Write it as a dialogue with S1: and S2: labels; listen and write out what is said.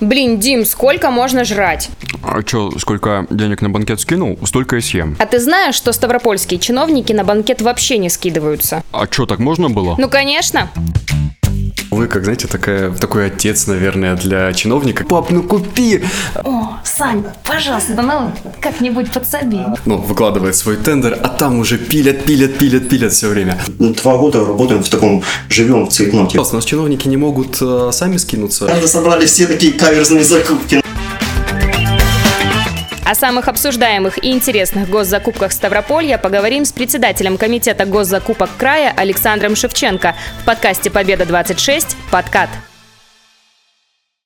S1: Блин, Дим, сколько можно жрать?
S2: А чё, сколько денег на банкет скинул, столько и съем.
S1: А ты знаешь, что ставропольские чиновники на банкет вообще не скидываются?
S2: А чё, так можно было?
S1: Ну, конечно.
S3: Вы, как знаете, такая, такой отец, наверное, для чиновника. Пап, ну купи!
S4: О, Сань, пожалуйста, ну как-нибудь подсоби.
S3: Ну, выкладывает свой тендер, а там уже пилят, пилят, пилят, пилят все время.
S5: Два года работаем в таком, живем в цветноте.
S3: Класс, у нас чиновники не могут э, сами скинуться.
S5: Надо собрали все такие каверзные закупки.
S1: О самых обсуждаемых и интересных госзакупках Ставрополья поговорим с председателем Комитета госзакупок края Александром Шевченко в подкасте «Победа-26. Подкат».